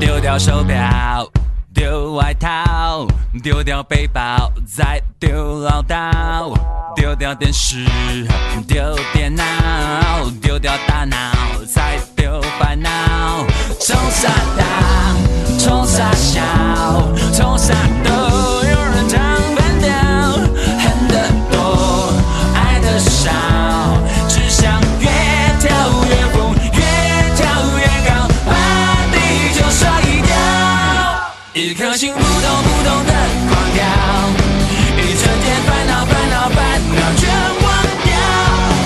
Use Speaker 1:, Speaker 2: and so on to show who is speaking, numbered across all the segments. Speaker 1: 丢掉手表，丢外套，丢掉背包，再丢唠叨，丢掉电视，丢电脑，丢掉大脑，再丢烦恼。冲啥大，冲啥小，冲啥都有人唱反调，恨得多，爱得少，只想越跳越疯，越跳越高，把地球甩掉。一颗心扑通扑通的狂跳，一整天烦恼烦恼烦恼全忘掉。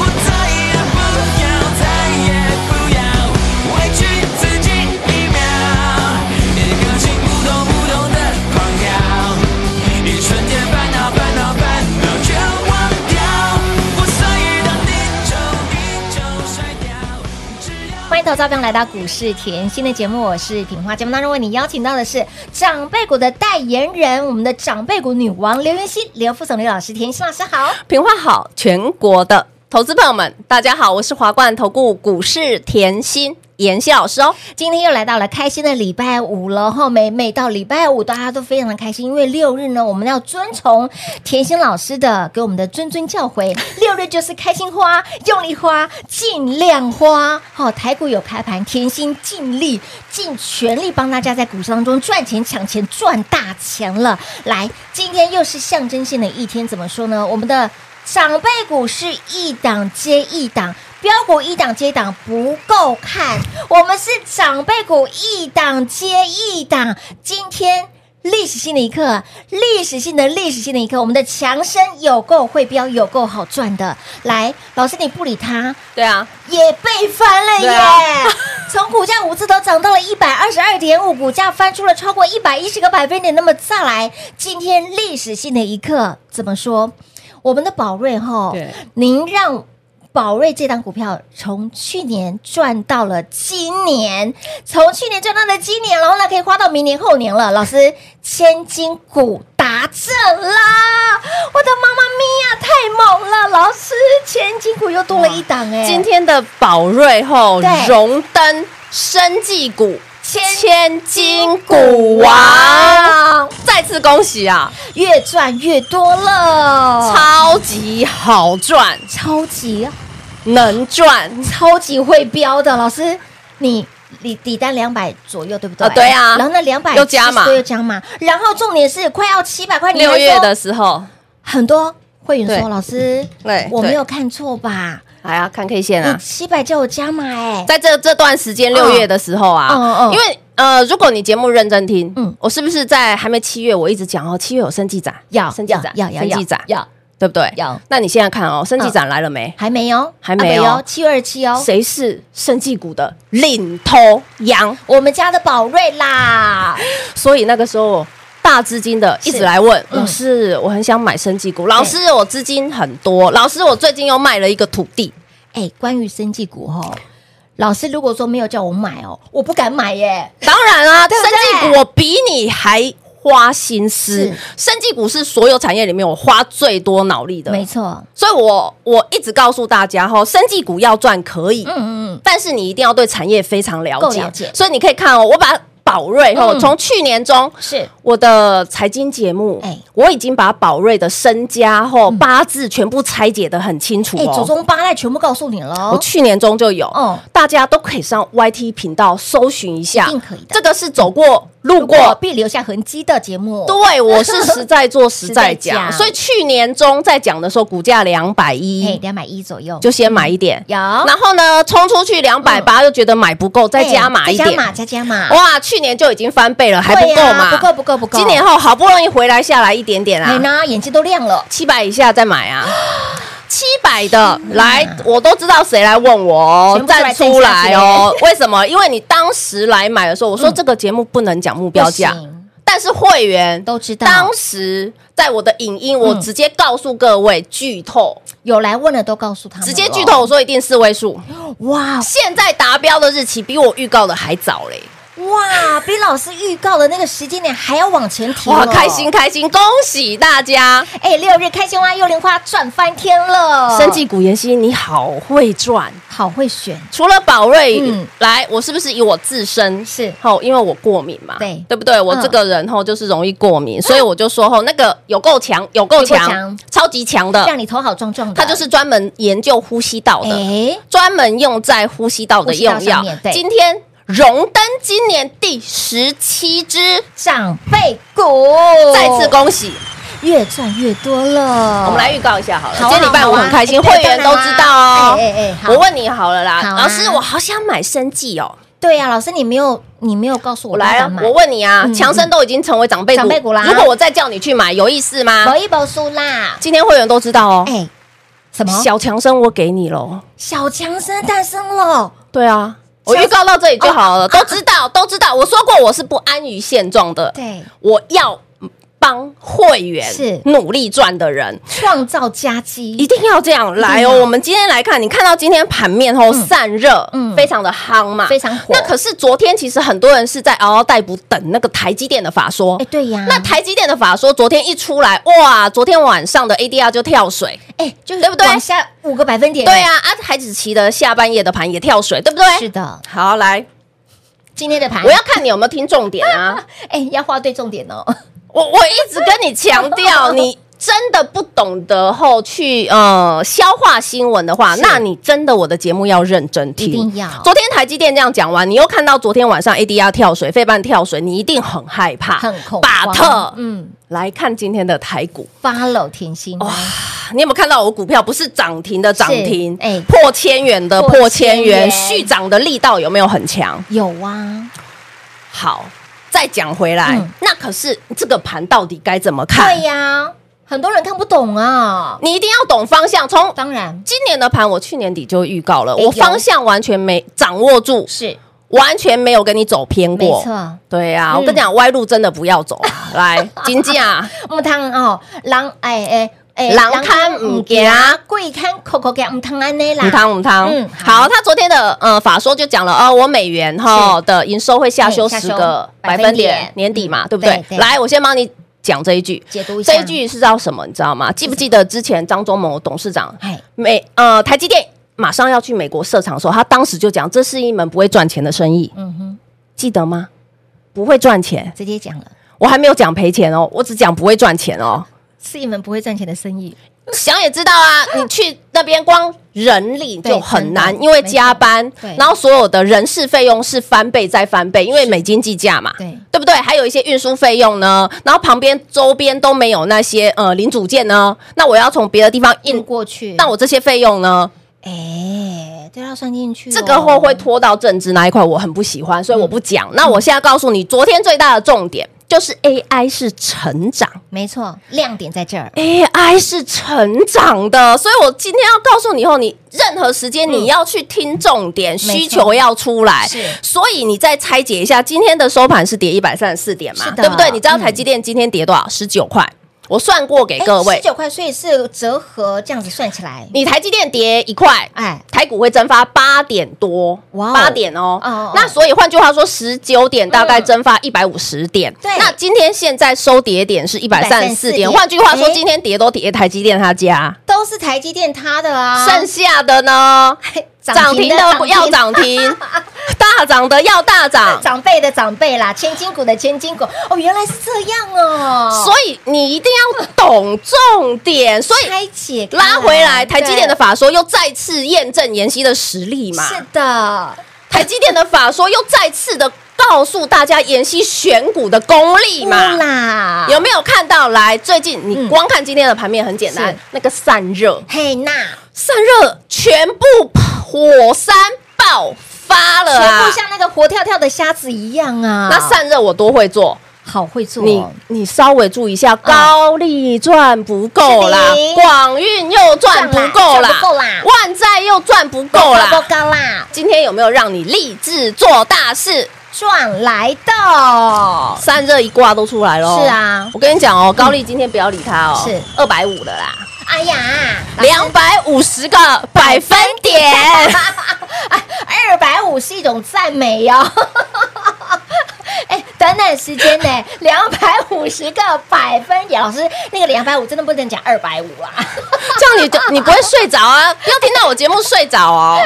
Speaker 1: 我再也不要，再也不要委屈自己一秒。一颗心扑通扑通的狂跳，一瞬间烦恼烦恼烦恼全忘掉。我所以让地球地球甩掉，只要。
Speaker 2: 欢迎投照朋友来到股市甜心的节目，我是品花。节目当中为你邀请到的是长辈股的代言人，我们的长辈股女王刘元熙、刘副总、刘老师、甜心老师好。
Speaker 3: 平话好，全国的投资朋友们，大家好，我是华冠投顾股市甜心妍希老师哦。
Speaker 2: 今天又来到了开心的礼拜五了哈，每每到礼拜五，大家都非常的开心，因为六日呢，我们要遵从甜心老师的给我们的谆谆教诲，六日就是开心花、用力花、尽量花。好，台股有开盘，甜心尽力、尽全力帮大家在股市当中赚钱、抢钱、赚大钱了。来，今天又是象征性的一天，怎么说呢？我们的长辈股是一档接一档，标股一档接一档不够看，我们是长辈股一档接一档。今天历史性的一刻，历史性的历史性的一刻，我们的强生有够会标，有够好赚的。来，老师你不理他，
Speaker 3: 对啊，
Speaker 2: 也被翻了
Speaker 3: 对
Speaker 2: 耶！
Speaker 3: 啊
Speaker 2: 从股价五字头涨到了一百二十二点五，股价翻出了超过一百一十个百分点。那么再来，今天历史性的一刻，怎么说？我们的宝瑞哈
Speaker 3: 对，
Speaker 2: 您让。宝瑞这档股票从去年赚到了今年，从去年赚到了今年，然后呢可以花到明年后年了。老师，千金股达阵啦！我的妈妈咪呀、太猛了！老师，千金股又多了一档哎、
Speaker 3: 今天的宝瑞后
Speaker 2: 对
Speaker 3: 荣登生技股
Speaker 2: 千
Speaker 3: 千金股王，再次恭喜啊，
Speaker 2: 越赚越多了，
Speaker 3: 超级好赚，
Speaker 2: 超级
Speaker 3: 能赚
Speaker 2: 超级会标的老师，你你底单两百左右对不对？
Speaker 3: 啊对啊
Speaker 2: 然后那两百
Speaker 3: 又加码
Speaker 2: 又加码，然后重点是快要七百块，你还
Speaker 3: 六月
Speaker 2: 说
Speaker 3: 的时候，
Speaker 2: 很多会员说
Speaker 3: 对
Speaker 2: 老师，
Speaker 3: 对
Speaker 2: 我
Speaker 3: 对
Speaker 2: 没有看错吧？
Speaker 3: 来啊，看 K 线
Speaker 2: 你
Speaker 3: 啊，
Speaker 2: 七百叫我加码哎，
Speaker 3: 在这这段时间，六月的时候啊，
Speaker 2: 嗯嗯嗯
Speaker 3: 因为呃，如果你节目认真听，
Speaker 2: 嗯
Speaker 3: 嗯，我是不是在还没七月，我一直讲哦，七月有生技展，
Speaker 2: 要
Speaker 3: 生技
Speaker 2: 要
Speaker 3: 展，
Speaker 2: 要要
Speaker 3: 生技展，
Speaker 2: 要
Speaker 3: 对不对？
Speaker 2: 要
Speaker 3: 那你现在看哦，生技展来了没？
Speaker 2: 还没有
Speaker 3: 还没哦
Speaker 2: 七二七哦，
Speaker 3: 谁是生技股的领头羊？
Speaker 2: 我们家的宝瑞啦，
Speaker 3: 所以那个时候。大资金的一直来问
Speaker 2: 嗯
Speaker 3: 老师，我很想买生技股。老师，我资金很多。老师，我最近又卖了一个土地。
Speaker 2: 哎，关于生技股哦，老师如果说没有叫我买哦，我不敢买耶。
Speaker 3: 当然啊，
Speaker 2: 不对
Speaker 3: 生技股我比你还花心思
Speaker 2: 是。
Speaker 3: 生技股是所有产业里面我花最多脑力的，
Speaker 2: 没错，
Speaker 3: 所以我我一直告诉大家哈，生技股要赚可以，
Speaker 2: 嗯嗯嗯，
Speaker 3: 但是你一定要对产业非常了
Speaker 2: 够
Speaker 3: 解。
Speaker 2: 了解
Speaker 3: 所以你可以看哦，我把宝瑞哈，
Speaker 2: 嗯
Speaker 3: 从、去年中
Speaker 2: 是
Speaker 3: 我的财经节目，
Speaker 2: 哎嗯
Speaker 3: 我已经把宝瑞的身家哈、八字全部拆解的很清楚
Speaker 2: 哎，祖
Speaker 3: 哦。
Speaker 2: 宗八代全部告诉你了
Speaker 3: 我
Speaker 2: 哦，
Speaker 3: 去年中就有，
Speaker 2: 哦
Speaker 3: 大家都可以上 YT 频道搜寻一下，
Speaker 2: 一定可以的
Speaker 3: 这个是走过路
Speaker 2: 如果
Speaker 3: 过，
Speaker 2: 必留下痕迹的节目，
Speaker 3: 对，我是实在做实
Speaker 2: 实在
Speaker 3: 在讲，
Speaker 2: 讲
Speaker 3: 所以去年中在讲的时候，股价两百
Speaker 2: 哎，
Speaker 3: 一，
Speaker 2: 两百一左右
Speaker 3: 就先买一点，
Speaker 2: 有，
Speaker 3: 然后呢，冲出去两百八又觉得买不够，再加码
Speaker 2: 哎
Speaker 3: 一
Speaker 2: 再加
Speaker 3: 点。
Speaker 2: 码，再加码，
Speaker 3: 哇，去年就已经翻倍了，还不
Speaker 2: 对
Speaker 3: 够
Speaker 2: 呀
Speaker 3: 嘛？
Speaker 2: 不够，不够，不够。
Speaker 3: 今年后好不容易回来下来一点点
Speaker 2: 哎
Speaker 3: 啊，
Speaker 2: 呢，眼睛都亮了，
Speaker 3: 七百以下再买啊。 七百的，来，我都知道谁来问我哦
Speaker 2: 全，部都来站
Speaker 3: 站出来哦。为什么？因为你当时来买的时候，我说这个节目不能讲目标价
Speaker 2: 不，行
Speaker 3: 但是会员
Speaker 2: 都知道
Speaker 3: 当时在我的影音，我
Speaker 2: 嗯
Speaker 3: 直接告诉各位剧透，
Speaker 2: 有来问的都告嗯诉他们，哦
Speaker 3: 直接剧透，我，说一定四位数。
Speaker 2: 哇
Speaker 3: 现在达标的日期比我预告的还早嘞，
Speaker 2: 哇，比老师预告的那个时间点还要往前提，
Speaker 3: 哇，开心！开心，恭喜大家！
Speaker 2: 哎，六日开心花幽灵花赚翻天了，
Speaker 3: 生技股妍希，你好会赚。
Speaker 2: 好会选，
Speaker 3: 除了宝瑞，
Speaker 2: 嗯
Speaker 3: 来，我是不是以我自身
Speaker 2: 是
Speaker 3: 吼，因为我过敏嘛，
Speaker 2: 对嗯
Speaker 3: 对不对？我这个人吼就是容易过敏，所以我就说吼，那个有够强，有够
Speaker 2: 有够
Speaker 3: 强，
Speaker 2: 强
Speaker 3: 超级强的，
Speaker 2: 让你头好壮壮的。
Speaker 3: 呃他就是专门研究呼吸道的，
Speaker 2: 哎，
Speaker 3: 专门用在呼吸道的用
Speaker 2: 呼吸道
Speaker 3: 药
Speaker 2: 上面。对
Speaker 3: 今天荣登今年第十七支，
Speaker 2: 长辈股
Speaker 3: 再次恭喜！
Speaker 2: 越赚越多了。
Speaker 3: 我们来预告一下好了，
Speaker 2: 哦好啊
Speaker 3: 今天礼拜五
Speaker 2: 好啊
Speaker 3: 很开心，
Speaker 2: 哎对
Speaker 3: 会员都
Speaker 2: 当然啊
Speaker 3: 知道哦。
Speaker 2: 哎哎哎好
Speaker 3: 我问你好了啦，
Speaker 2: 好啊
Speaker 3: 老师，我好想买生计哦。
Speaker 2: 对呀，老师你没有你没有告诉我
Speaker 3: 我来
Speaker 2: 要
Speaker 3: 啊！
Speaker 2: 买
Speaker 3: 我，问你啊
Speaker 2: 嗯，
Speaker 3: 强生都已经成为长辈
Speaker 2: 长辈股啦
Speaker 3: 如果我再叫你去买，有意思吗
Speaker 2: 某？一本书啦。
Speaker 3: 今天会员都知道哦。
Speaker 2: 哎，什么
Speaker 3: 小强生我给你喽。
Speaker 2: 小强生诞生了？
Speaker 3: 对啊，我预告到这里就好
Speaker 2: 哦
Speaker 3: 了，都知道，都知道。我说过我是不安于现状的，
Speaker 2: 对，
Speaker 3: 我要帮会员
Speaker 2: 是嗯
Speaker 3: 努力赚的人，
Speaker 2: 创造佳
Speaker 3: 一
Speaker 2: 绩，
Speaker 3: 定要这样来哦。我们今天来看，你看到今天盘面哦散热，
Speaker 2: 嗯
Speaker 3: 非常的夯嘛，
Speaker 2: 非常火
Speaker 3: 那可是昨天其实很多人是在嗷嗷待哺等那个台积电的法说
Speaker 2: 哎，。对呀，
Speaker 3: 嗯那台积电的法说昨天一出来，哇，昨天晚上的 ADR 就跳水，
Speaker 2: 哎，就是
Speaker 3: 对不对
Speaker 2: 往下五个百分点，
Speaker 3: 对，啊，啊，台子期的下半夜的盘也跳水，对不对？
Speaker 2: 是的，
Speaker 3: 好，来，
Speaker 2: 今天的盘
Speaker 3: 我要看你有没有听重点 啊！
Speaker 2: 哎要画对重点哦，
Speaker 3: 我我一直跟你强 调，你真的不懂得后去呃消化新闻的话，
Speaker 2: 是
Speaker 3: 那你真的我的节目要认真听。
Speaker 2: 一定要
Speaker 3: 昨天台积电这样讲完，你又看到昨天晚上 ADR 跳水、费半跳水，你一定很害怕，
Speaker 2: 很恐
Speaker 3: 巴
Speaker 2: 慌，
Speaker 3: 啊特，
Speaker 2: 嗯
Speaker 3: 来看今天的台股。
Speaker 2: ，follow 甜心啊来，
Speaker 3: 你有没有看到我股票不是涨停的涨停，
Speaker 2: 是哎
Speaker 3: 破千元的
Speaker 2: 破
Speaker 3: 破
Speaker 2: 千
Speaker 3: 千
Speaker 2: 元
Speaker 3: 元，续涨的力道有没有很强？
Speaker 2: 有啊，
Speaker 3: 好，再讲回来，
Speaker 2: 嗯
Speaker 3: 那可是这个盘到底该怎么看？
Speaker 2: 对呀，很多人看不懂啊，
Speaker 3: 你一定要懂方向。从
Speaker 2: 当然
Speaker 3: 今年的盘，我去年底就预告了，
Speaker 2: 哎
Speaker 3: 我
Speaker 2: 有
Speaker 3: 方向完全没掌握住，
Speaker 2: 是
Speaker 3: 完全没有跟你走偏
Speaker 2: 没
Speaker 3: 过。
Speaker 2: 错，
Speaker 3: 对啊，
Speaker 2: 嗯
Speaker 3: 我跟你讲，歪路真的不要走啊。 来，金金啊，
Speaker 2: 木汤哦，狼哎哎哎，
Speaker 3: 人看唔行
Speaker 2: 鬼看口口给唔汤安内啦，
Speaker 3: 五汤五汤，
Speaker 2: 嗯好
Speaker 3: 好，他昨天的呃法说就讲了，哦，我美元哈的营收会下修
Speaker 2: 嗯下修
Speaker 3: 十个
Speaker 2: 百
Speaker 3: 百
Speaker 2: 分
Speaker 3: 分
Speaker 2: 点
Speaker 3: 点，年底嘛，对不
Speaker 2: 对
Speaker 3: 对
Speaker 2: 对？
Speaker 3: 来，我先帮你讲这一句，
Speaker 2: 解读一下
Speaker 3: 这一句是叫什么？你知道吗？记不记得之前张忠谋董事长
Speaker 2: 哎
Speaker 3: 美呃台积电马上要去美国设厂的时候，他当时就讲，这是一门不会赚钱的生意，
Speaker 2: 嗯哼，
Speaker 3: 记得吗？不会赚钱，
Speaker 2: 直接讲了，
Speaker 3: 我还没有讲赔钱哦，我只讲不会赚钱哦。
Speaker 2: 是一门不会赚钱的生意，
Speaker 3: 想也知道啊，你去那边光人力就很
Speaker 2: 对
Speaker 3: 难
Speaker 2: 真，的
Speaker 3: 因为加班
Speaker 2: 对，
Speaker 3: 然后所有的人事费用是翻倍再翻倍，因为美金计价嘛，
Speaker 2: 对
Speaker 3: 不对？还有一些运输费用呢，然后旁边周边都没有那些呃零组件呢，那我要从别的地方
Speaker 2: 运
Speaker 3: 运，
Speaker 2: 过去，
Speaker 3: 那我这些费用呢，
Speaker 2: 哎都要算进去哦，
Speaker 3: 这个后会拖到政治那一块，我很不喜欢，所以我不讲。
Speaker 2: 嗯
Speaker 3: 那我现在告诉你，昨天最大的重点就是 AI 是成长。
Speaker 2: 没错，亮点在这儿，
Speaker 3: AI 是成长的，所以我今天要告诉你以后，哦你任何时间你要去听重点，
Speaker 2: 错
Speaker 3: 需求要出来
Speaker 2: 是。
Speaker 3: 所以你再拆解一下，今天的收盘是跌一百三十四点嘛
Speaker 2: 是，的
Speaker 3: 对不对？你知道
Speaker 2: 嗯
Speaker 3: 台积电今天跌多少？十九块，我算过给哎各位
Speaker 2: 哎十，九块，所以是折合这样子算起来，
Speaker 3: 你台积电跌一块，
Speaker 2: 哎，
Speaker 3: 台股会蒸发八点多，
Speaker 2: 哇哦
Speaker 3: 八点哦
Speaker 2: 哦哦。嗯
Speaker 3: 那所以换句话说，十九点大概蒸发一百五十点。
Speaker 2: 对
Speaker 3: 那今天现在收跌点是一百三十
Speaker 2: 134
Speaker 3: 四
Speaker 2: 点
Speaker 3: 点，换句话说，
Speaker 2: 哎
Speaker 3: 今天跌都跌台积电他家，
Speaker 2: 都是台积电它的啊，哎
Speaker 3: 剩下的呢，涨停的不要。涨啊停， 大涨的要大涨。
Speaker 2: 长辈的长辈啦，千金股的千金股哦，原来是这样哦。
Speaker 3: 所以你一定要懂重点，所以
Speaker 2: 拆解开
Speaker 3: 拉回来，台积电的
Speaker 2: 对
Speaker 3: 法说又再次验证妍希的实力嘛。
Speaker 2: 是的，
Speaker 3: 台积电的法说又再次的告诉大家妍希选股的功力
Speaker 2: 不
Speaker 3: 嘛。
Speaker 2: 啦，
Speaker 3: 有没有看到？来，最近你
Speaker 2: 嗯
Speaker 3: 光看今天的盘面很简单，
Speaker 2: 是
Speaker 3: 那个散热，
Speaker 2: 嘿那，
Speaker 3: 散热全部火山爆发了
Speaker 2: 全
Speaker 3: 啊
Speaker 2: 部！像那个活跳跳的虾子一样啊。
Speaker 3: 那散热我多会做，
Speaker 2: 好会做
Speaker 3: 你
Speaker 2: 哦，
Speaker 3: 你稍微注意一下，高利赚不够啦
Speaker 2: 是的，
Speaker 3: 广运又赚不够
Speaker 2: 赚啦赚
Speaker 3: 啦
Speaker 2: 不够啦，
Speaker 3: 万债又赚不够
Speaker 2: 够
Speaker 3: 啦。
Speaker 2: 高啦，
Speaker 3: 今天有没有让你立志做大事？
Speaker 2: 赚来的。
Speaker 3: 散热一挂都出来喽。
Speaker 2: 哦是啊
Speaker 3: 我跟你讲哦，高利今天不要理他哦，
Speaker 2: 是
Speaker 3: 二百五的啦，
Speaker 2: 哎呀，
Speaker 3: 两百五十个百分点。
Speaker 2: 哎二百五是一种赞美哟、 哎，短短时间呢，两百五十个百分点，老师那个两百五真的不能讲二百五啊，
Speaker 3: 这样你就你不会睡着啊！不要听到我节目睡着哦，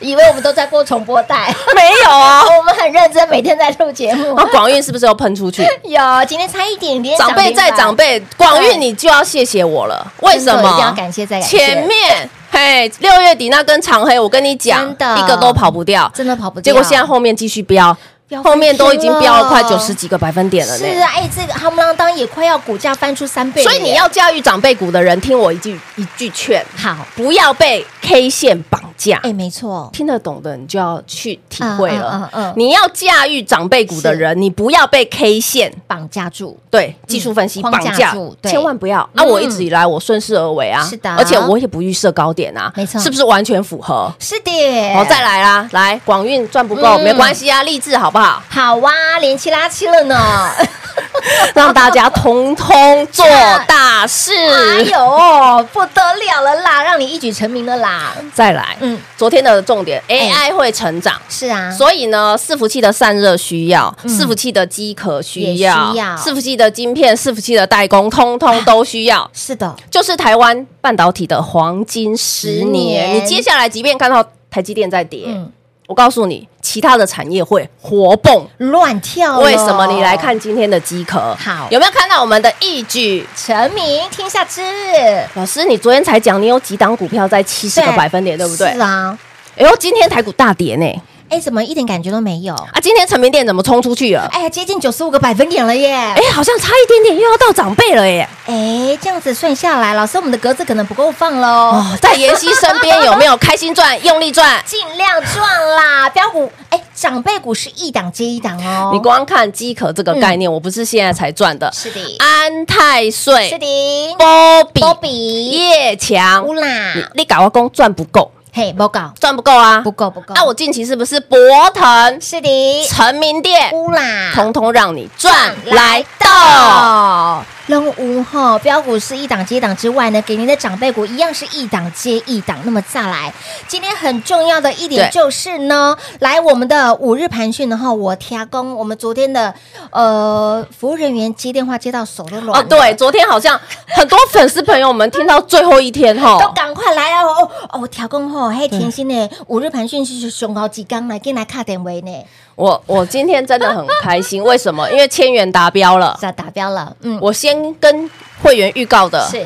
Speaker 2: 以为我们都在播重播带，
Speaker 3: 没有哦。
Speaker 2: 我们很认真，每天在录节目
Speaker 3: 那。广运是不是又喷出去？
Speaker 2: 有，今天差一点点，
Speaker 3: 长辈再长
Speaker 2: 辈，
Speaker 3: 辈，广
Speaker 2: 对
Speaker 3: 运你就要谢谢我了。为什
Speaker 2: 真的
Speaker 3: 么？
Speaker 2: 一定要感谢再感谢
Speaker 3: 前面嘿，六月底那根长黑，我跟你讲，
Speaker 2: 真的
Speaker 3: 一个都跑不掉。
Speaker 2: 真的跑不掉。
Speaker 3: 结果现在后面继续飙
Speaker 2: 飙，翻
Speaker 3: 后面都已经飙了快
Speaker 2: 天
Speaker 3: 九
Speaker 2: 了
Speaker 3: 十几个百分点了呢。
Speaker 2: 是啊，哎，这个夯不啷当也快要股价翻出三倍了耶，
Speaker 3: 所以你要驾驭长辈股的人，听我一句一句劝，
Speaker 2: 好，
Speaker 3: 不要被 K 线绑架。
Speaker 2: 哎，没错，
Speaker 3: 听得懂的，你就要去体会
Speaker 2: 嗯
Speaker 3: 了。
Speaker 2: 嗯嗯嗯
Speaker 3: 你要驾驭长辈股的人，你不要被 K 线
Speaker 2: 绑架住，
Speaker 3: 对技术分析
Speaker 2: 嗯框
Speaker 3: 绑
Speaker 2: 架
Speaker 3: 架
Speaker 2: 住，对
Speaker 3: 千万不要。啊，
Speaker 2: 嗯
Speaker 3: 我一直以来我顺势而为啊，
Speaker 2: 是的
Speaker 3: 而且我也不预设高点啊，
Speaker 2: 没错
Speaker 3: 是不是完全符合？
Speaker 2: 是的，
Speaker 3: 好，再来啦，来广运赚不够
Speaker 2: 嗯？
Speaker 3: 没关系啊，励志好不好
Speaker 2: 好哇，连七拉七了 呢。
Speaker 3: 让大家通通做大事。
Speaker 2: 哎呦，不得了了啦，让你一举成名了啦！
Speaker 3: 再来，
Speaker 2: 嗯哎
Speaker 3: 嗯，昨天的重点 AI 会成长，
Speaker 2: 是啊，
Speaker 3: 所以呢，伺服器的散热需要，伺服器的机壳需
Speaker 2: 嗯也
Speaker 3: 要，
Speaker 2: 需要
Speaker 3: 伺服器的晶片、伺服器的代工，通通都需要。
Speaker 2: 是的，
Speaker 3: 就是台湾半导体的黄金十
Speaker 2: 十
Speaker 3: 年，
Speaker 2: 年
Speaker 3: 你接下来即便看到台积电在跌，
Speaker 2: 嗯，
Speaker 3: 我告诉你，其他的产业会活蹦。
Speaker 2: 乱跳。
Speaker 3: 为什么？你来看今天的机壳，
Speaker 2: 好
Speaker 3: 有没有看到我们的一举？
Speaker 2: 成名，天下知，
Speaker 3: 老师，你昨天才讲你有几档股票在七十个百分点，对不对
Speaker 2: 是？啊，
Speaker 3: 哎呦，今天台股大跌呢！
Speaker 2: 哎，怎么一点感觉都没有？
Speaker 3: 啊，今天成名店怎么冲出去了？
Speaker 2: 哎呀，接近九十五个百分点了耶
Speaker 3: 哎！，好像差一点点又要到长辈了耶！
Speaker 2: 哎，这样子算下来，老师，我们的格子可能不够放喽，
Speaker 3: 哦，在妍希身边有没有开心赚、用力赚？
Speaker 2: 尽量赚啦。标股，哎，长辈股是一档接一档哦。
Speaker 3: 你光看机壳这个概念，我不啊是现在才赚的。
Speaker 2: 是的，
Speaker 3: 安泰
Speaker 2: 是
Speaker 3: 税、
Speaker 2: 的，
Speaker 3: 波比、
Speaker 2: 波比，
Speaker 3: 叶强
Speaker 2: 乌，啦，
Speaker 3: 你你搞我工赚不够，
Speaker 2: 嘿，报告，
Speaker 3: 赚不够啊！
Speaker 2: 不够不够。
Speaker 3: 那我近期是不是博腾、
Speaker 2: 是的，
Speaker 3: 成名店，
Speaker 2: 乌啦，
Speaker 3: 通通让你赚来
Speaker 2: 来
Speaker 3: 到？
Speaker 2: 到。任务哈，标股是一档接一档之外呢，给您的长辈股一样是一档接一档。那么再来，今天很重要的一点
Speaker 3: 对
Speaker 2: 就是呢，来我们的五日盘讯的话，我提供我们昨天的呃服务人员接电话接到手都软
Speaker 3: 哦，
Speaker 2: 了
Speaker 3: 对，，昨天好像很多粉丝朋友们听到最后一天
Speaker 2: 都
Speaker 3: 吼，
Speaker 2: 赶快来啊！哦哦，调工吼，嘿，甜心的五日盘讯是熊高几刚来，进来卡点位呢，
Speaker 3: 我我今天真的很开 心，为什么？因为千元达标了。
Speaker 2: 这达标了，嗯，
Speaker 3: 我先跟会员预告的
Speaker 2: 是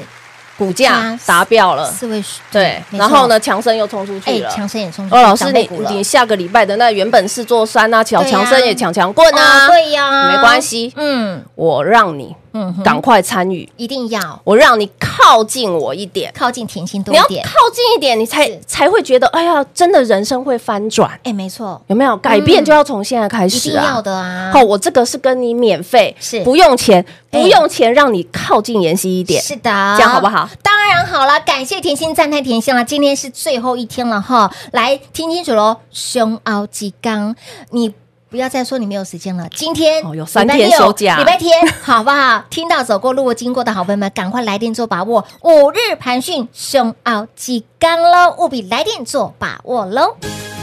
Speaker 3: 股
Speaker 2: 啊
Speaker 3: 价达标了，
Speaker 2: 四位数，
Speaker 3: 对，
Speaker 2: 没
Speaker 3: 然后
Speaker 2: 错
Speaker 3: 呢，，强生又冲出去
Speaker 2: 哎，
Speaker 3: 了。
Speaker 2: 强生也冲出
Speaker 3: 哦，
Speaker 2: 去
Speaker 3: 老师，
Speaker 2: 长辈
Speaker 3: 你
Speaker 2: 股了
Speaker 3: 你下个礼拜的那原本是座山啊，小
Speaker 2: 对啊
Speaker 3: 强生也抢强棍啊
Speaker 2: 哦，对呀，
Speaker 3: 没关系
Speaker 2: 嗯
Speaker 3: 我让你
Speaker 2: 嗯哼，
Speaker 3: 赶快参与，
Speaker 2: 一定要
Speaker 3: 我让你靠近我一点，
Speaker 2: 靠近甜心多
Speaker 3: 你要
Speaker 2: 一
Speaker 3: 靠
Speaker 2: 点。
Speaker 3: 近一点，你才
Speaker 2: 是
Speaker 3: 才会觉得，哎呀，真的人生会翻转，
Speaker 2: 哎，没错，
Speaker 3: 有没有？改
Speaker 2: 嗯
Speaker 3: 变就要从现在开
Speaker 2: 一定
Speaker 3: 始
Speaker 2: 要
Speaker 3: 啊！
Speaker 2: 的啊。
Speaker 3: 好，我这个是跟你免费，
Speaker 2: 是
Speaker 3: 不用钱，
Speaker 2: 哎
Speaker 3: 不用钱，让你靠近妍希一点。
Speaker 2: 是的，
Speaker 3: 这样好不好？
Speaker 2: 当然好了，感谢甜心，赞叹甜心了。今天是最后一天了哈，来听清楚喽，胸凹鸡刚，你。不要再说你没有时间了。今天
Speaker 3: 哦有三
Speaker 2: 礼拜
Speaker 3: 天
Speaker 2: 六
Speaker 3: 休假
Speaker 2: 礼拜天好不好？听到走过路过经过的好朋友们，赶快来电做把握，五日盘讯胸凹鸡刚喽，务必来电做把握喽。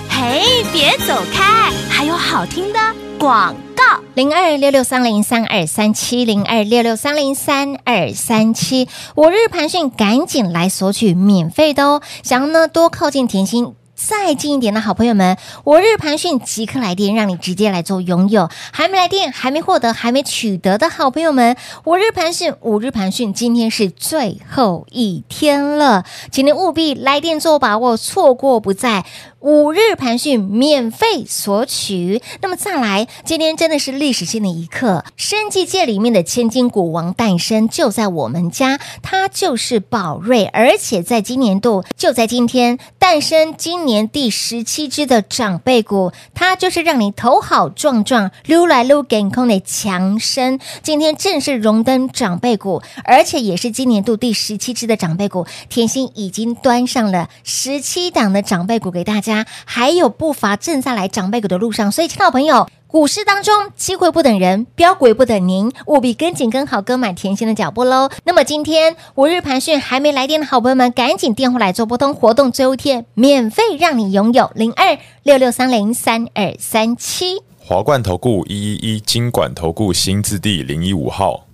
Speaker 4: 嘿，别走开，还有好听的广告。
Speaker 2: 零二六六三零三二三七零二六六三零三二三七，我日盘讯赶紧来索取免费的哦！想要呢多靠近甜心。再近一点的好朋友们，我日盘讯即刻来电，让你直接来做拥有。还没来电、还没获得、还没取得的好朋友们，我日盘讯、五日盘讯，今天是最后一天了，请您务必来电做把握，错过不再。五日盘讯免费索取。那么再来，今天真的是历史性的一刻，生技界里面的千金股王诞生就在我们家，它就是宝瑞，而且在今年度就在今天诞生，今年。年第十七只的长辈股，它就是让你头好壮壮、撸来撸健康的强生。今天正式荣登长辈股，而且也是今年度第十七只的长辈股。甜心已经端上了十七档的长辈股给大家，还有不乏正在来长辈股的路上。所以，亲爱的朋友。股市当中，机会不等人，标股也不等您，务必跟紧、跟好、跟满甜心的脚步喽。那么今天五日盘讯还没来电的好朋友们，赶紧电话来做拨通，活动最后一天，免费让你拥有零二六六三零三二三七。
Speaker 5: 华冠投顾一一一金管投顾新字第零一五号，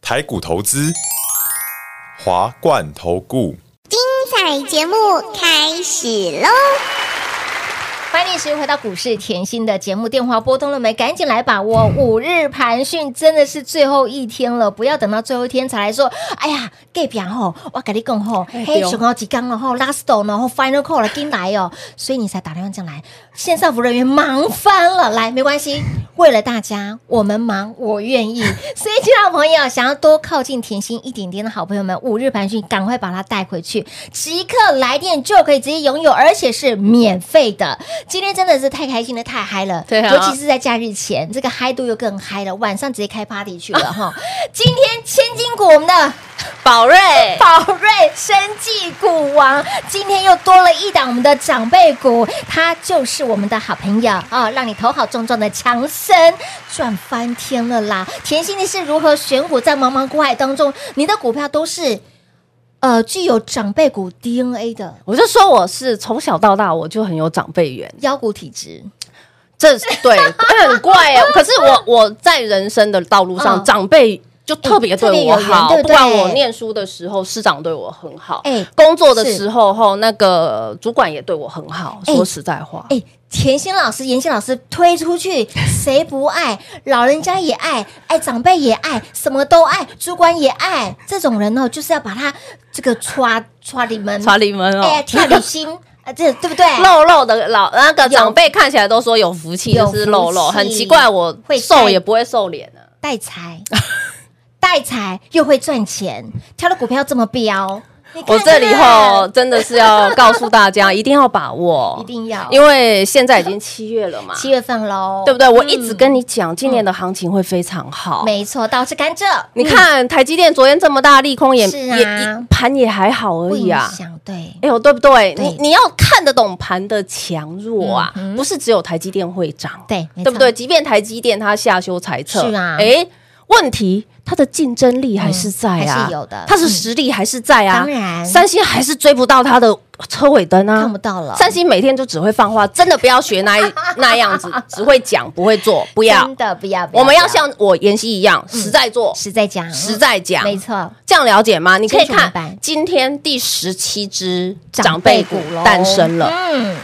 Speaker 5: 台股投资，华冠投顾。
Speaker 6: 彩节目开始喽！
Speaker 2: 欢迎你，时回到股市甜心的节目，电话拨通了没？赶紧来把握五日盘讯，真的是最后一天了，不要等到最后一天才来说。哎呀，隔壁吼，我跟你讲吼，
Speaker 3: 哎
Speaker 2: 嘿，
Speaker 3: 对哦
Speaker 2: 熊高级刚了吼，last door 然后 final call 了，进来哦，所以你才打电话进来。线上服务人员忙翻了，来，没关系，为了大家，我们忙，我愿意。 所以，亲爱的朋友，想要多靠近甜心一点点的好朋友们，五日盘讯赶快把它带回去，即刻来电就可以直接拥有，而且是免费的。今天真的是太开心了，太嗨了，
Speaker 3: 对啊
Speaker 2: 尤其是在假日前，这个嗨度又更嗨了，晚上直接开 party 去了哈。今天千金股我们的
Speaker 3: 宝瑞
Speaker 2: 宝瑞生技股王，今天又多了一档我们的长辈股，它就是我们的好朋友哦，让你头好壮壮的强生赚翻天了啦！甜心你是如何选股在茫茫股海当中，你的股票都是呃具有长辈股 DNA 的
Speaker 3: 我就说我是从小到大我就很有长辈缘，
Speaker 2: 妖股体质，
Speaker 3: 这对 很怪哦。可是我我在人生的道路上，
Speaker 2: 嗯
Speaker 3: 长辈就特别对我好，
Speaker 2: 特别有缘对不
Speaker 3: 不
Speaker 2: 对
Speaker 3: 管我念书的时候，师长对我很好，
Speaker 2: 哎
Speaker 3: 工作的
Speaker 2: 是
Speaker 3: 时候后那个主管也对我很好。
Speaker 2: 哎
Speaker 3: 说实在话，
Speaker 2: 哎。甜心老师、妍希老师推出 去，谁不爱？老人家也爱，爱长辈也爱，什么都爱，主管也爱。这种人哦，就是要把他这个刷刷你们，
Speaker 3: 查理们
Speaker 2: 哎，
Speaker 3: 哦，
Speaker 2: 跳旅行， 啊，这对不对？
Speaker 3: 肉肉的老那个长辈看起来都说有福气，
Speaker 2: 有
Speaker 3: 就是肉肉，
Speaker 2: 福气
Speaker 3: 很奇怪，我
Speaker 2: 会
Speaker 3: 瘦
Speaker 2: 开
Speaker 3: 也不会瘦脸啊。
Speaker 2: 带财，带财又会赚钱，挑的股票这么标， 你看
Speaker 3: 我这里
Speaker 2: 看
Speaker 3: 吼真的是要告诉大家，一定要把握，
Speaker 2: 一定要，
Speaker 3: 因为现在已经七月了嘛，
Speaker 2: 七月份喽，
Speaker 3: 对不对？我一直跟你讲，今年的行情会非常好。
Speaker 2: 没错，倒吃甘蔗，
Speaker 3: 你看台积电昨天这么大利空也，
Speaker 2: 是
Speaker 3: 也
Speaker 2: 啊
Speaker 3: 也盘也还好而
Speaker 2: 不
Speaker 3: 已
Speaker 2: 影
Speaker 3: 啊。
Speaker 2: 响，对，
Speaker 3: 哎呦，对不对？
Speaker 2: 对嗯
Speaker 3: 你你要看得懂盘的强弱啊，不是只有台积电会涨，
Speaker 2: 对没错
Speaker 3: 对不对？即便台积电它下修裁测，
Speaker 2: 是啊
Speaker 3: 哎，问题它的竞争力还是在啊，
Speaker 2: 嗯还是有的嗯
Speaker 3: 它的实力还是在啊。
Speaker 2: 当然
Speaker 3: 三星还是追不到它的车尾灯啊，
Speaker 2: 看不到了
Speaker 3: 三星每天就只会放话，真的不要学那 那样子，只会讲不会做，不要
Speaker 2: 真。的不要，不
Speaker 3: 我们要
Speaker 2: 不
Speaker 3: 像我妍希一样，实在做，
Speaker 2: 实在讲，
Speaker 3: 哦实在讲，
Speaker 2: 嗯没错，
Speaker 3: 这样了解吗？你可以
Speaker 2: 清楚明白
Speaker 3: 看今天第十七只
Speaker 2: 长
Speaker 3: 长
Speaker 2: 辈
Speaker 3: 辈
Speaker 2: 股
Speaker 3: 股
Speaker 2: 咯
Speaker 3: 诞生了。
Speaker 2: 嗯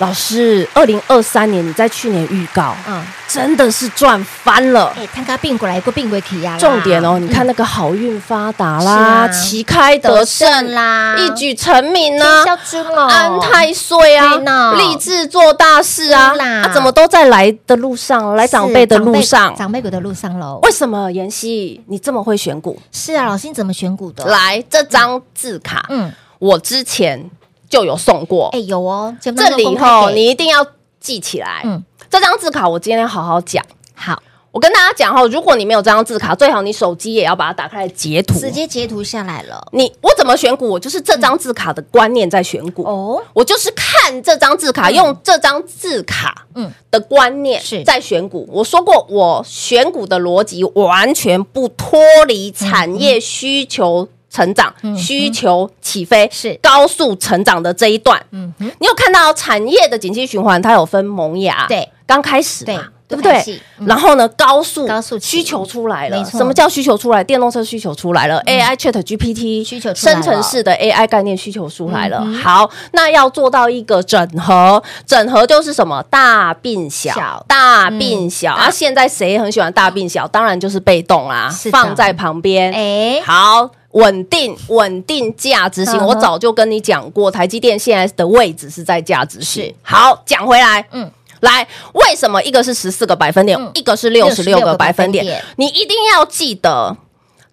Speaker 3: 老师，二零二三年你在去年预告，
Speaker 2: 嗯，
Speaker 3: 真的是赚翻了。
Speaker 2: 哎，看他并过来过并过去呀，啊
Speaker 3: 重点哦，，你看那个好运发达
Speaker 2: 是啊
Speaker 3: 啦，旗开得
Speaker 2: 得胜
Speaker 3: 胜
Speaker 2: 啦
Speaker 3: 啦，一举成名
Speaker 2: 天
Speaker 3: 啦，
Speaker 2: 霄君哦，
Speaker 3: 安泰岁啊
Speaker 2: 对呢，
Speaker 3: 立志做大事啊，
Speaker 2: 是啦
Speaker 3: 啊，怎么都在来的路上，来长辈的路上
Speaker 2: 是。长辈股的路上喽。
Speaker 3: 为什么妍希你这么会选股？
Speaker 2: 是啊，老师你怎么选股的？，
Speaker 3: 来，这张字卡，
Speaker 2: 嗯，
Speaker 3: 我之前就有送过
Speaker 2: 哎，，有哦，节目当
Speaker 3: 这
Speaker 2: 中
Speaker 3: 里
Speaker 2: 公开
Speaker 3: 吼
Speaker 2: 给
Speaker 3: 你一定要记起来。
Speaker 2: 嗯
Speaker 3: 这张字卡我今天好好讲。
Speaker 2: 好，
Speaker 3: 我跟大家讲吼，如果你没有这张字卡，最好你手机也要把它打开来截图。
Speaker 2: 直接截图下来了
Speaker 3: 你我怎么选股？我就是这张字卡的观念在选股。
Speaker 2: 哦，
Speaker 3: 我就是看这张字卡，用这张字卡
Speaker 2: 嗯
Speaker 3: 的观念
Speaker 2: 是
Speaker 3: 在选股。我说过，我选股的逻辑完全不脱离产业需求成长、需求起飞、
Speaker 2: 嗯是
Speaker 3: 高速成长的这一段。
Speaker 2: 嗯哼，
Speaker 3: 你有看到产业的景气循环，它有分萌芽，
Speaker 2: 对，
Speaker 3: 刚开始
Speaker 2: 对
Speaker 3: 嘛，对不
Speaker 2: 刚开
Speaker 3: 对
Speaker 2: 始？嗯
Speaker 3: 然后呢，高速
Speaker 2: 高速期
Speaker 3: 需求出来
Speaker 2: 没
Speaker 3: 了，
Speaker 2: 错嗯
Speaker 3: 什么叫需求出来？电动车需求出来了，AI Chat GPT
Speaker 2: 需求出来了嗯
Speaker 3: 生成式的 AI 概念需求出来了。好，那要做到一个整合，整合就是什么？大并
Speaker 2: 小嗯
Speaker 3: 小，大并小啊！现在谁很喜欢大并小？当然就是被动啦
Speaker 2: 是，的
Speaker 3: 放在旁边。
Speaker 2: 哎，
Speaker 3: 好，稳定稳定价值型，
Speaker 2: 嗯哼
Speaker 3: 我早就跟你讲过，台积电现在的位置是在价值
Speaker 2: 是
Speaker 3: 型。好，讲回来，
Speaker 2: 嗯
Speaker 3: 嗯。来，为什么一个是十四个百分点，
Speaker 2: 嗯
Speaker 3: 一个是六十
Speaker 2: 66
Speaker 3: 六
Speaker 2: 个
Speaker 3: 个百
Speaker 2: 百
Speaker 3: 分
Speaker 2: 分
Speaker 3: 点
Speaker 2: 点？
Speaker 3: 你一定要记得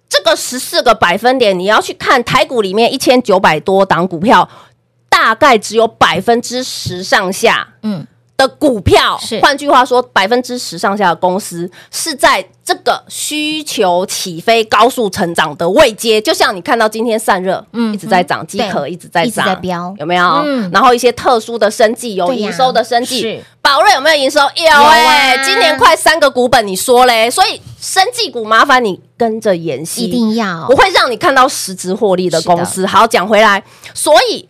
Speaker 3: 这个十四个百分点，你要去看台股里面一千九百多档股票，大大概只有百分之十上下
Speaker 2: 嗯，
Speaker 3: 的股票
Speaker 2: 是，
Speaker 3: 换句话说，百分之十上下的公司是在这个需求起飞、高速成长的位阶，就像你看到今天散热，
Speaker 2: 嗯
Speaker 3: 嗯，一直在涨，机
Speaker 2: 对
Speaker 3: 壳一直在
Speaker 2: 一直
Speaker 3: 涨，
Speaker 2: 在飙
Speaker 3: 有没有？
Speaker 2: 嗯
Speaker 3: 然后一些特殊的生计，有
Speaker 2: 对呀
Speaker 3: 营收的生
Speaker 2: 是
Speaker 3: 计，宝瑞有没有营收？有
Speaker 2: 啊
Speaker 3: 哎、今年快三个股本，你说嘞？所以生计股麻烦你跟着妍希，
Speaker 2: 一定要
Speaker 3: 不会让你看到实质获利的公司。好，讲回来，所以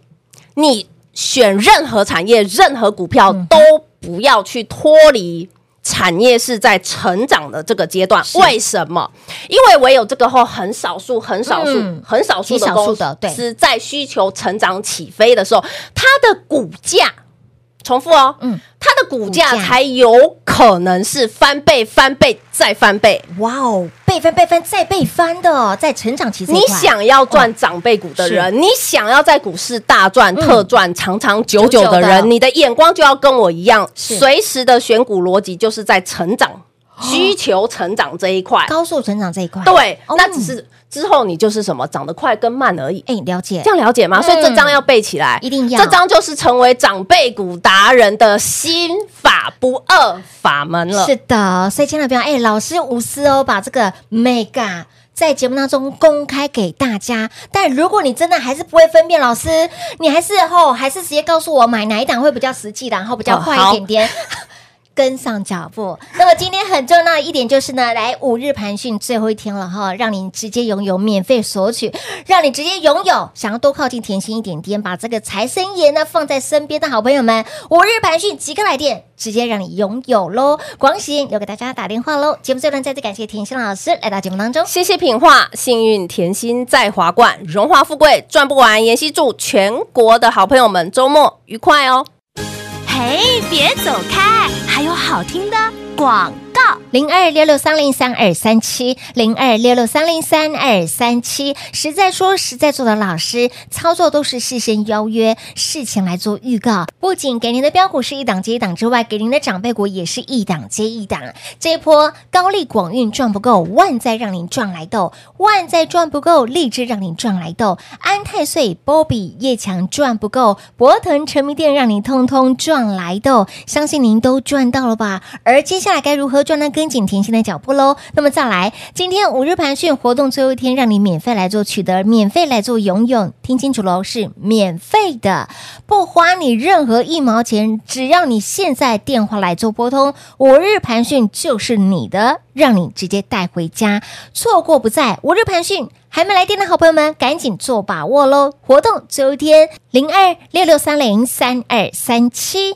Speaker 3: 你选任何产业、任何股票，
Speaker 2: 嗯
Speaker 3: 都不要去脱离。产业是在成长的这个阶段，为什么？因为唯有这个后很少数、很少数、
Speaker 2: 嗯
Speaker 3: 很少数
Speaker 2: 极
Speaker 3: 的
Speaker 2: 少数
Speaker 3: 公
Speaker 2: 的对
Speaker 3: 司，在需求成长起飞的时候，它的股价重复哦，
Speaker 2: 嗯
Speaker 3: 嗯，它的股价
Speaker 2: 股价
Speaker 3: 才有可能是翻倍、翻倍再翻倍。
Speaker 2: 哇哦，倍翻倍翻再倍翻的，在成长期这一
Speaker 3: 你
Speaker 2: 块
Speaker 3: 想要赚长辈股的人，你想要在股市大赚、特赚、长长久久的
Speaker 2: 嗯久久的
Speaker 3: 人，你的眼光就要跟我一样，
Speaker 2: 是
Speaker 3: 随时的选股逻辑就是在成长、需求成长这一块。
Speaker 2: 高速成长这一块，
Speaker 3: 对
Speaker 2: 哦，
Speaker 3: 那只是之后你就是什么长得快跟慢而已。
Speaker 2: 哎了解
Speaker 3: 这，样了解吗？
Speaker 2: 嗯
Speaker 3: 所以这张要背起来，
Speaker 2: 一定要
Speaker 3: 这张就是成为长辈股达人的心法不二法门了。
Speaker 2: 是的，所以千万不要哎，老师无私哦，把这个 mega。在节目当中公开给大家，但如果你真的还是不会分辨，老师，你还是吼、还是直接告诉我买哪一档会比较实际的，然后比较
Speaker 3: 哦
Speaker 2: 快
Speaker 3: 好
Speaker 2: 一点点。跟上脚步。那么今天很重要的一点就是呢，来五日盘讯最后一天了哈，让你直接拥有免费索取，让你直接拥有。想要多靠近甜心一点点，把这个财神爷呢放在身边的好朋友们，五日盘讯即刻来电，直接让你拥有喽！广喜留给大家打电话喽。节目最后呢再次感谢甜心老师来到节目当中。
Speaker 3: 谢谢品画，幸运甜心在华冠，荣华富贵赚不完。妍希祝全国的好朋友们周末愉快哦！
Speaker 4: 嘿，别走开，还有好听的广告。
Speaker 2: 零二六六三零三二三七，零二六六三零三二三七。实在说实在做的老师，操作都是事先邀约，事前来做预告。不仅给您的标股是一档接一档之外，给您的长辈股也是一档接一档。这一波高利广运赚不够，万载让您赚来斗；万载赚不够，励志让您赚来斗；安泰岁、波比、叶强赚不够，博腾成名店让您通通赚来斗。相信您都赚到了吧？而接下来该如何赚呢？跟紧甜心的脚步喽。那么再来，今天五日盘讯活动最后一天，让你免费来做取得，免费来做拥有。听清楚喽，是免费的，不花你任何一毛钱，只要你现在电话来做拨通，五日盘讯就是你的，让你直接带回家。错过不在，五日盘讯。还没来电的好朋友们，赶紧做把握喽！活动最后一天，零二六六三零三二三七。